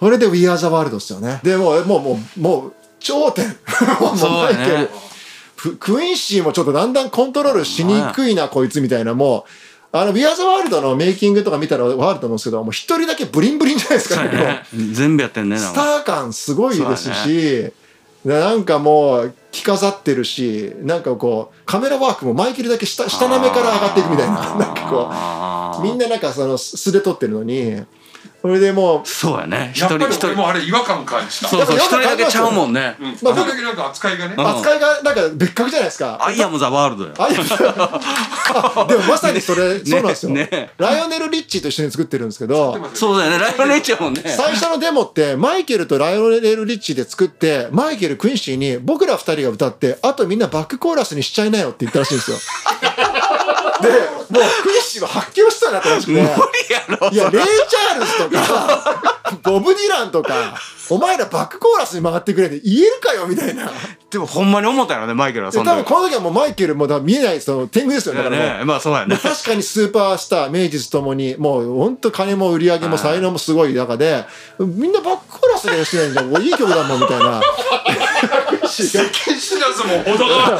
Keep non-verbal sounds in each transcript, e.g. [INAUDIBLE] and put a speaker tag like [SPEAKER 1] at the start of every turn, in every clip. [SPEAKER 1] それで We Are the World っすよね。で、もう、もう、もう、もう、頂点。も
[SPEAKER 2] そうだね
[SPEAKER 1] マイケルプクインシーもちょっとだんだんコントロールしにくいな、こいつみたいな、もう、あの、We Are the World のメイキングとか見たらわかると思うんですけど、もう一人だけブリンブリンじゃないです
[SPEAKER 2] そ
[SPEAKER 1] か、
[SPEAKER 2] うやね全部やってんねな
[SPEAKER 1] ス
[SPEAKER 2] ん
[SPEAKER 1] タ
[SPEAKER 2] か
[SPEAKER 1] ー感すごいです
[SPEAKER 2] そうだ
[SPEAKER 1] し、ななんかもう着飾ってるしなんかこうカメラワークもマイケルだけ下下なめから上がっていくみたいななんか
[SPEAKER 2] あ
[SPEAKER 1] こ
[SPEAKER 2] ー
[SPEAKER 1] うみんななんかその素で撮ってるのにそれでも
[SPEAKER 2] そうやね一
[SPEAKER 3] やっぱ
[SPEAKER 2] 人
[SPEAKER 3] り
[SPEAKER 2] 一人
[SPEAKER 3] 俺もあれ違和感感じた
[SPEAKER 2] そうそう
[SPEAKER 1] や
[SPEAKER 2] 一
[SPEAKER 1] っぱ
[SPEAKER 2] 人だけちゃうもんね
[SPEAKER 3] うん
[SPEAKER 1] まあ
[SPEAKER 3] あれだけなんか扱いがね
[SPEAKER 1] う扱いがなんか別格じゃないですか。
[SPEAKER 2] アイアムザワールドよ
[SPEAKER 1] あいやあでもまさにそれ、そうなんですよ、
[SPEAKER 2] [LAUGHS] ね
[SPEAKER 1] ライオネル・リッチーと一緒に作ってるんですけど
[SPEAKER 2] そうだよねライオネイチやもんね
[SPEAKER 1] 最初のデモってマイケルとライオネル・リッチーで作ってマイケル・クインシーに僕ら二人が歌ってあとみんなバックコーラスにしちゃいなよって言ったらしいんですよでもうクインシーは発狂したなってらし
[SPEAKER 2] [LAUGHS]
[SPEAKER 1] くていや
[SPEAKER 2] 無理やろ
[SPEAKER 1] レイ・チャールズとかボブ・ディランとかお前らバックコーラスに回ってくれって言えるかよみたいな
[SPEAKER 2] でもほんまに思ったよねマイケルは
[SPEAKER 1] で
[SPEAKER 2] そん
[SPEAKER 1] 多
[SPEAKER 2] な
[SPEAKER 1] 分この時はもうマイケルもだから見えないその天狗ですよねだからもう
[SPEAKER 2] ねまあそうやね
[SPEAKER 1] 確かにスーパースター、名実ともに、もう本当金も売り上げも才能もすごい中で、みんなバックコーラスでしてないんじゃん、もういい曲だもんみたい
[SPEAKER 2] [LAUGHS]
[SPEAKER 1] な。
[SPEAKER 3] 決してやつもほどが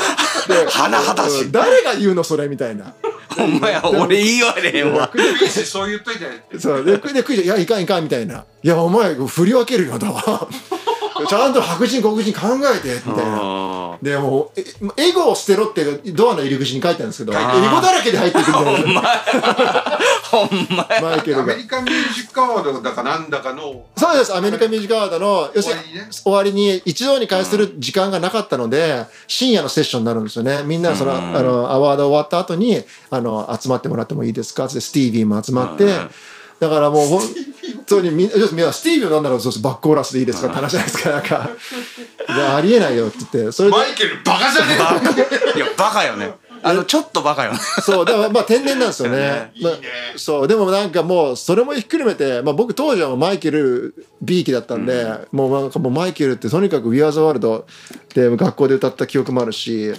[SPEAKER 2] 甚だしい
[SPEAKER 1] 誰が言うのそれみたいな。
[SPEAKER 2] ほんまや俺言いわれへんわ
[SPEAKER 3] クリスそう言っといて
[SPEAKER 1] そうで、で、クイズ、いや、いかんいかんみたいな。いや、お前、振り分けるよ、だわ。 [LAUGHS] ちゃんと白人、黒人考えて、みたいな。
[SPEAKER 2] あ
[SPEAKER 1] でもう、えエゴを捨てろってドアの入り口に書いてあるんですけど、エ
[SPEAKER 2] いてある
[SPEAKER 1] ゴだらけで入っていくみ
[SPEAKER 2] [LAUGHS]
[SPEAKER 1] た [LAUGHS] いな。
[SPEAKER 2] ほんまや
[SPEAKER 1] マイケル
[SPEAKER 3] ア
[SPEAKER 1] が
[SPEAKER 3] メ。リカンミュージックアワードだかなんだかの
[SPEAKER 1] そうです、アメリカミュージックアワードの、要するに
[SPEAKER 3] 終わりね
[SPEAKER 1] 終わりに一堂に会する時間がなかったので、深夜のセッションになるんですよね。みんなその、
[SPEAKER 2] うん
[SPEAKER 1] あの、アワード終わった後に、あの、集まってもらってもいいですかって、スティービーも集まって、
[SPEAKER 2] うん
[SPEAKER 1] だからもう本当にみんな、要するにいやスティービーはなんだろう、そうそうバックコーラスでいいですかって話じゃないですか、なんか。いやありえないよって言って、それで、
[SPEAKER 3] マイケルバカじゃねえ
[SPEAKER 2] いやバカよねあのちょっとバカよね
[SPEAKER 1] そう、だからまあ天然なんですよね。
[SPEAKER 3] いいね
[SPEAKER 1] まあそう、でもなんかもう、それもひっくるめて、まあ僕当時はもうマイケル B 期だったんで、もうなんかもうマイケルってとにかく We Are the World で学校で歌った記憶もあるし、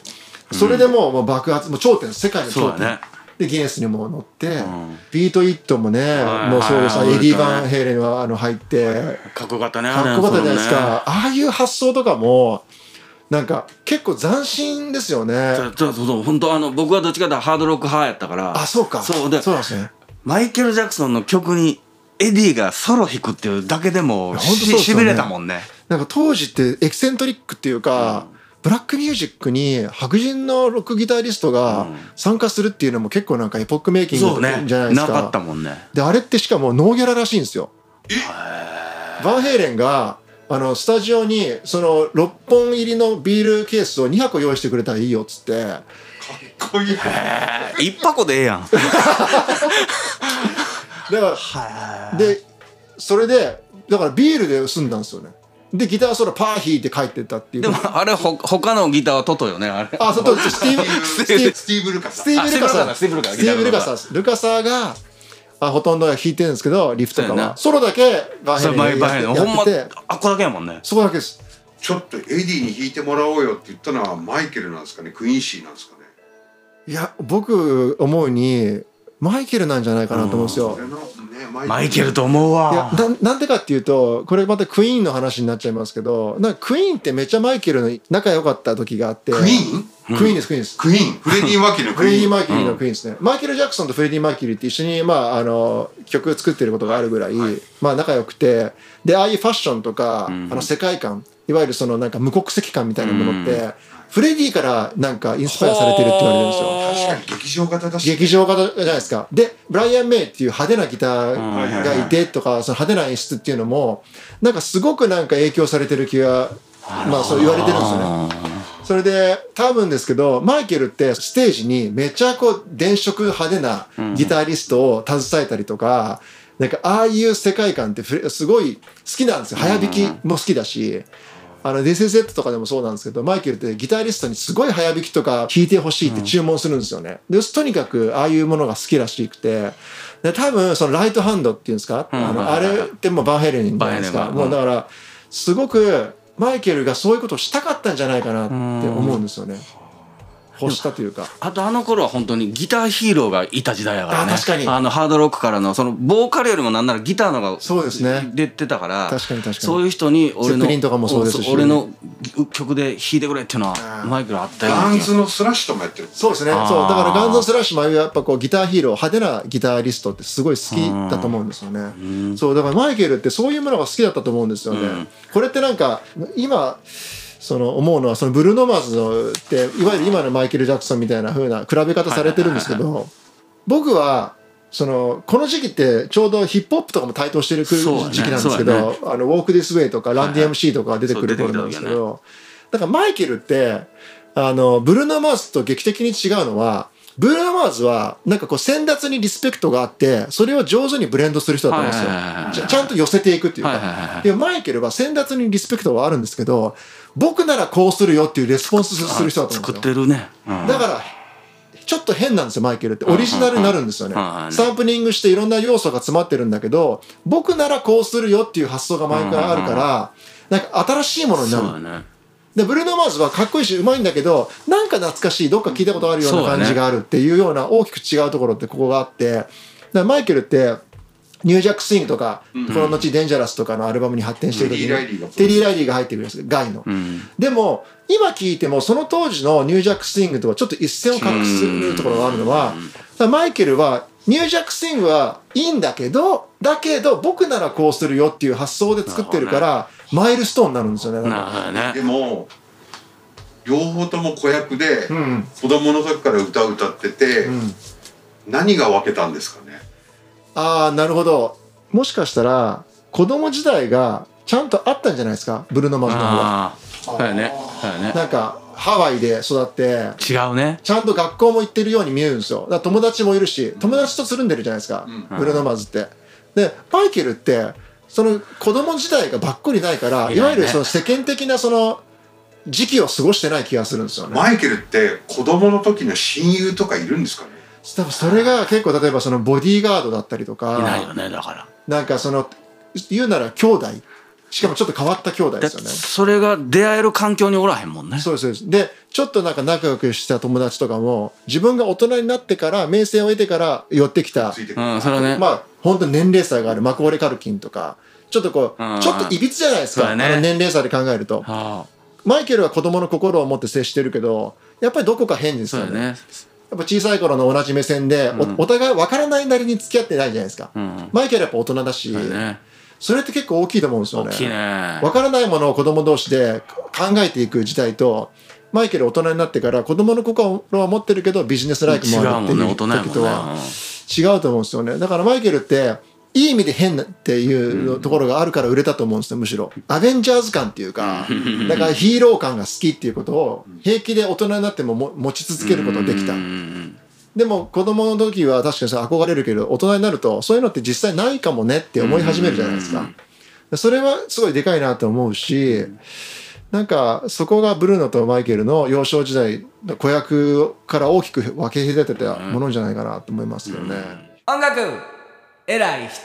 [SPEAKER 1] それでもうもう爆発、もう頂点、世界の
[SPEAKER 2] そ
[SPEAKER 1] 頂
[SPEAKER 2] う
[SPEAKER 1] 点。
[SPEAKER 2] だね
[SPEAKER 1] で、ギネスにも乗って、
[SPEAKER 2] ん
[SPEAKER 1] ビート・イットもね、
[SPEAKER 2] はい
[SPEAKER 1] もうそうでした、
[SPEAKER 2] はい
[SPEAKER 1] エ
[SPEAKER 2] はい
[SPEAKER 1] ディ・バ
[SPEAKER 2] 踊れた
[SPEAKER 1] ン・
[SPEAKER 2] ね
[SPEAKER 1] ヘイレンはあの入って、
[SPEAKER 2] かっこよかったね
[SPEAKER 1] かっこよかったじゃないですか。ああいう発想とかも、なんか結構斬新ですよね。
[SPEAKER 2] そうそうそう本当あの僕はどっちかというとハードロック派やったから
[SPEAKER 1] あ、そうか。
[SPEAKER 2] そうで
[SPEAKER 1] そうなんですね。
[SPEAKER 2] マイケル・ジャクソンの曲にエディがソロ弾くっていうだけで
[SPEAKER 1] 本
[SPEAKER 2] も
[SPEAKER 1] 当そう
[SPEAKER 2] し
[SPEAKER 1] ですよね
[SPEAKER 2] しびれたもんね
[SPEAKER 1] なんか当時ってエキセントリックっていうか、ブラックミュージックに白人のロックギタリストが
[SPEAKER 2] うん
[SPEAKER 1] 参加するっていうのも結構なんかエポックメイキン
[SPEAKER 2] そ
[SPEAKER 1] グ
[SPEAKER 2] う
[SPEAKER 1] じゃな
[SPEAKER 2] ね
[SPEAKER 1] いですか。
[SPEAKER 2] なかったもんね
[SPEAKER 1] で、あれってしかもノーギャラらしいんですよ。バンヘイレンが、あの、スタジオに、その、6本入りのビールケースを2箱用意してくれたらいいよっつって、
[SPEAKER 3] かっこいい
[SPEAKER 2] えー一箱でええやん
[SPEAKER 1] だから、で、それで、だからビールで済んだんですよね。で、ギターソロパー弾いて帰ってったっていう。
[SPEAKER 2] [LAUGHS] でもあれほ他のギターはトトよねあれ
[SPEAKER 1] あ、
[SPEAKER 2] [LAUGHS]
[SPEAKER 1] そう、スティーブ、スティーブ、
[SPEAKER 3] スティーブ・ルカス
[SPEAKER 1] スティーブ・ルカサ
[SPEAKER 2] あスティーブルカサ
[SPEAKER 1] スティーブ・ルカサですルカサがあほとんどが弾いてるんですけどリフとか
[SPEAKER 2] そうや
[SPEAKER 1] は
[SPEAKER 2] な
[SPEAKER 1] ソロだけバ
[SPEAKER 2] それ
[SPEAKER 1] が
[SPEAKER 2] 前バ
[SPEAKER 1] や
[SPEAKER 2] イの
[SPEAKER 1] っ
[SPEAKER 2] ほんま
[SPEAKER 1] てて
[SPEAKER 2] あっこだけやもんね
[SPEAKER 1] そこだけです
[SPEAKER 3] ちょっとエディに弾いてもらおうよって言ったのはマイケルなんですかねクインシーなんですかね
[SPEAKER 1] いや僕思うにマイケルなんじゃないかなと思うんですよ
[SPEAKER 3] それのね
[SPEAKER 2] マイケルと思う
[SPEAKER 1] いや
[SPEAKER 2] わ
[SPEAKER 1] ななんでかっていうとこれまたクイーンの話になっちゃいますけどなんかクイーンってめっちゃマイケルの仲良かった時があって
[SPEAKER 3] クイーン
[SPEAKER 1] クイーンですクイーンです
[SPEAKER 3] クイーンフレディ・マーキュリーの
[SPEAKER 1] フ
[SPEAKER 3] クイ
[SPEAKER 1] レデ
[SPEAKER 3] ー
[SPEAKER 1] ィ・
[SPEAKER 3] ン
[SPEAKER 1] マーキュリーのクイーンですね、マイケル・ジャクソンとフレディ・マーキュリーって一緒に、まあ、あの曲作ってることがあるぐらい、まあ、仲良くてでああいうファッションとか、あの世界観いわゆるそのなんか無国籍感みたいなものって、フレディからなんかインスパイアされてるって言われてるんですよ。
[SPEAKER 3] 確かに劇場型だし
[SPEAKER 1] 劇場型じゃないですかでブライアン・メイっていう派手なギターがいてとかその派手な演出っていうのもなんかすごくなんか影響されてる気がまあそう言われてるんですよねそれで多分ですけどマイケルってステージにめちゃこう電飾派手なギタリストを携えたりとか、なんかああいう世界観ってふれすごい好きなんですよ早弾きも好きだし。あの This is it とかでもそうなんですけどマイケルってギタリストにすごい早弾きとか弾いてほしいって注文するんですよね、でとにかくああいうものが好きらしくてで多分そのライトハンドっていうんですか、
[SPEAKER 2] ん
[SPEAKER 1] あ
[SPEAKER 2] はい
[SPEAKER 1] のあ
[SPEAKER 2] はいはい
[SPEAKER 1] れってもうバンヘイレンじゃないです
[SPEAKER 2] バン
[SPEAKER 1] か
[SPEAKER 2] ヘイレン
[SPEAKER 1] も
[SPEAKER 2] は
[SPEAKER 1] うだからすごくマイケルがそういうことをしたかったんじゃないかなって思うんですよね。欲したというか
[SPEAKER 2] あとあの頃は本当にギターヒーローがいた時代だからね。
[SPEAKER 1] あ確かに
[SPEAKER 2] あのハードロックからの、そのボーカルよりもなんならギターの方が
[SPEAKER 1] そうですね
[SPEAKER 2] 出てたから、
[SPEAKER 1] 確かに確かに
[SPEAKER 2] そういう人に俺
[SPEAKER 1] ゼッ
[SPEAKER 2] の、
[SPEAKER 1] ペリンとかもそうですし
[SPEAKER 2] 俺の曲で弾いてくれっていうのは
[SPEAKER 1] あー
[SPEAKER 2] マイクルあったような気
[SPEAKER 3] ガ
[SPEAKER 2] が
[SPEAKER 3] ンズのスラッシュともやってる
[SPEAKER 1] そうですねそう
[SPEAKER 2] あー
[SPEAKER 1] だからガンズのスラッシュマイはやっぱこうギターヒーロー派手なギタリストってすごい好きだと思うんですよねそうだからマイケルってそういうものが好きだったと思うんですよね、
[SPEAKER 2] うん
[SPEAKER 1] これってなんか今その思うのはそのブルーノ・マーズのっていわゆる今のマイケル・ジャクソンみたいな風な比べ方されてるんですけど僕はそのこの時期ってちょうどヒップホップとかも台頭してる時
[SPEAKER 2] そうだね
[SPEAKER 1] 期なんですけど、
[SPEAKER 2] そうだね
[SPEAKER 1] あのウォーク・ディス・ウェイとかランディ MC とかが出てくる頃なんですけ
[SPEAKER 2] そ
[SPEAKER 1] ど、だからマイケルってあのブルーノ・マーズと劇的に違うのはブルーノ・マーズはなんかこう先達にリスペクトがあってそれを上手にブレンドする人だと思うんですよ、
[SPEAKER 2] はいはいはいはい
[SPEAKER 1] ちゃちゃんと寄せていくっていうか、
[SPEAKER 2] はいはいはいはい
[SPEAKER 1] でマイケルは先達にリスペクトはあるんですけど僕ならこうするよっていうレスポンスする人だと思うん
[SPEAKER 2] 作
[SPEAKER 1] です
[SPEAKER 2] っ
[SPEAKER 1] よ
[SPEAKER 2] てるね。うん
[SPEAKER 1] だから、ちょっと変なんですよ、マイケルって。オリジナルになるんですよね
[SPEAKER 2] うんうんう。ん
[SPEAKER 1] サンプリングしていろんな要素が詰まってるんだけど、僕ならこうするよっていう発想が毎回あるから、なんか新しいものにな
[SPEAKER 2] そう
[SPEAKER 1] る
[SPEAKER 2] だ。ね。
[SPEAKER 1] で、ブルーノ・マーズはかっこいいし、うまいんだけど、なんか懐かしい、どっか聞いたことあるような
[SPEAKER 2] そうだね
[SPEAKER 1] 感じがあるっていうような大きく違うところってここがあって、だからマイケルって、ニュージャックスイングとか、この後デンジャラスとかのアルバムに発展してる時に
[SPEAKER 3] テリーライリーが、
[SPEAKER 1] テリー・ライリーが入ってくるんですけど、ガイの。
[SPEAKER 2] うん。
[SPEAKER 1] でも今聞いてもその当時のニュージャックスイングとはちょっと一線を画するところがあるのはだからマイケルはニュージャックスイングはいいんだけどだけど僕ならこうするよっていう発想で作ってるからマイルストーンになるんですよね。なん
[SPEAKER 2] な
[SPEAKER 1] か
[SPEAKER 2] るほどね
[SPEAKER 3] で。も両方とも子役で、
[SPEAKER 1] うん
[SPEAKER 3] 子供の時から歌歌ってて、
[SPEAKER 1] うん
[SPEAKER 3] 何が分けたんですかね
[SPEAKER 1] ああなるほどもしかしたら子供時代がちゃんとあったんじゃないですかブルーノ・マーズの方は。
[SPEAKER 2] ああ。そうやね。そうやね。
[SPEAKER 1] なんかハワイで育って
[SPEAKER 2] 違うね。
[SPEAKER 1] ちゃんと学校も行ってるように見えるんですよ。だから友達もいるし、友達とつるんでるじゃないですか、
[SPEAKER 3] うん
[SPEAKER 1] ブルーノマーズって。で、マイケルって、その子供時代がばっくりないから、
[SPEAKER 2] いないね
[SPEAKER 1] いわゆるその世間的なその時期を過ごしてない気がするんですよね。
[SPEAKER 3] マイケルって子供の時の親友とかいるんですかね
[SPEAKER 1] 多分それが結構、例えばそのボディーガードだったりと
[SPEAKER 2] い
[SPEAKER 1] か、
[SPEAKER 2] ないよね、だから。
[SPEAKER 1] なんかその、言うなら兄弟、しかもちょっと変わった兄弟ですよね
[SPEAKER 2] だ。それが出会える環境におらへんもんね。
[SPEAKER 1] そうですそうですでちょっとなんか仲良くした友達とかも自分が大人になってから名声を得てから寄ってきた
[SPEAKER 3] ついてく
[SPEAKER 2] う
[SPEAKER 3] る、
[SPEAKER 2] ん、それはね。
[SPEAKER 1] まあ本当に年齢差があるマコーレ・カルキンとかちょっとこう、
[SPEAKER 2] うん
[SPEAKER 1] ちょっといびつじゃないです
[SPEAKER 2] そう
[SPEAKER 1] か、
[SPEAKER 2] だね
[SPEAKER 1] あの年齢差で考えると
[SPEAKER 2] ああ。
[SPEAKER 1] マイケルは子供の心を持って接してるけどやっぱりどこか変です
[SPEAKER 2] そう
[SPEAKER 1] よ
[SPEAKER 2] や
[SPEAKER 1] ね
[SPEAKER 2] ね。
[SPEAKER 1] やっぱ小さい頃の同じ目線でお,、互い分からないなりに付き合ってないじゃないですか、
[SPEAKER 2] うん。
[SPEAKER 1] マイケルはやっぱ大人だし、
[SPEAKER 2] そうやね。
[SPEAKER 1] それって結構大きいと思うんですよ
[SPEAKER 2] 大
[SPEAKER 1] ね
[SPEAKER 2] きいね。
[SPEAKER 1] 分からないものを子供同士で考えていく時代とマイケル大人になってから子供の心は持ってるけどビジネスライク
[SPEAKER 2] 違
[SPEAKER 1] も
[SPEAKER 2] う
[SPEAKER 1] あるって
[SPEAKER 2] もん
[SPEAKER 1] い
[SPEAKER 2] ね、
[SPEAKER 1] う
[SPEAKER 2] 大人や
[SPEAKER 1] 時とは
[SPEAKER 2] もんね。
[SPEAKER 1] 違うと思うんですよねだからマイケルっていい意味で変なっていうところがあるから売れたと思うんですよむしろアベンジャーズ感っていうかだからヒーロー感が好きっていうことを平気で大人になってもも持ち続けることができた
[SPEAKER 2] うんうん
[SPEAKER 1] でも子供の時は確かにそれ憧れるけど大人になるとそういうのって実際ないかもねって思い始めるじゃないですかそれはすごいでかいなと思うしなんかそこがブルーノとマイケルの幼少時代の子役から大きく分け隔てたものじゃないかなと思いますけどね。
[SPEAKER 4] 音楽偉い人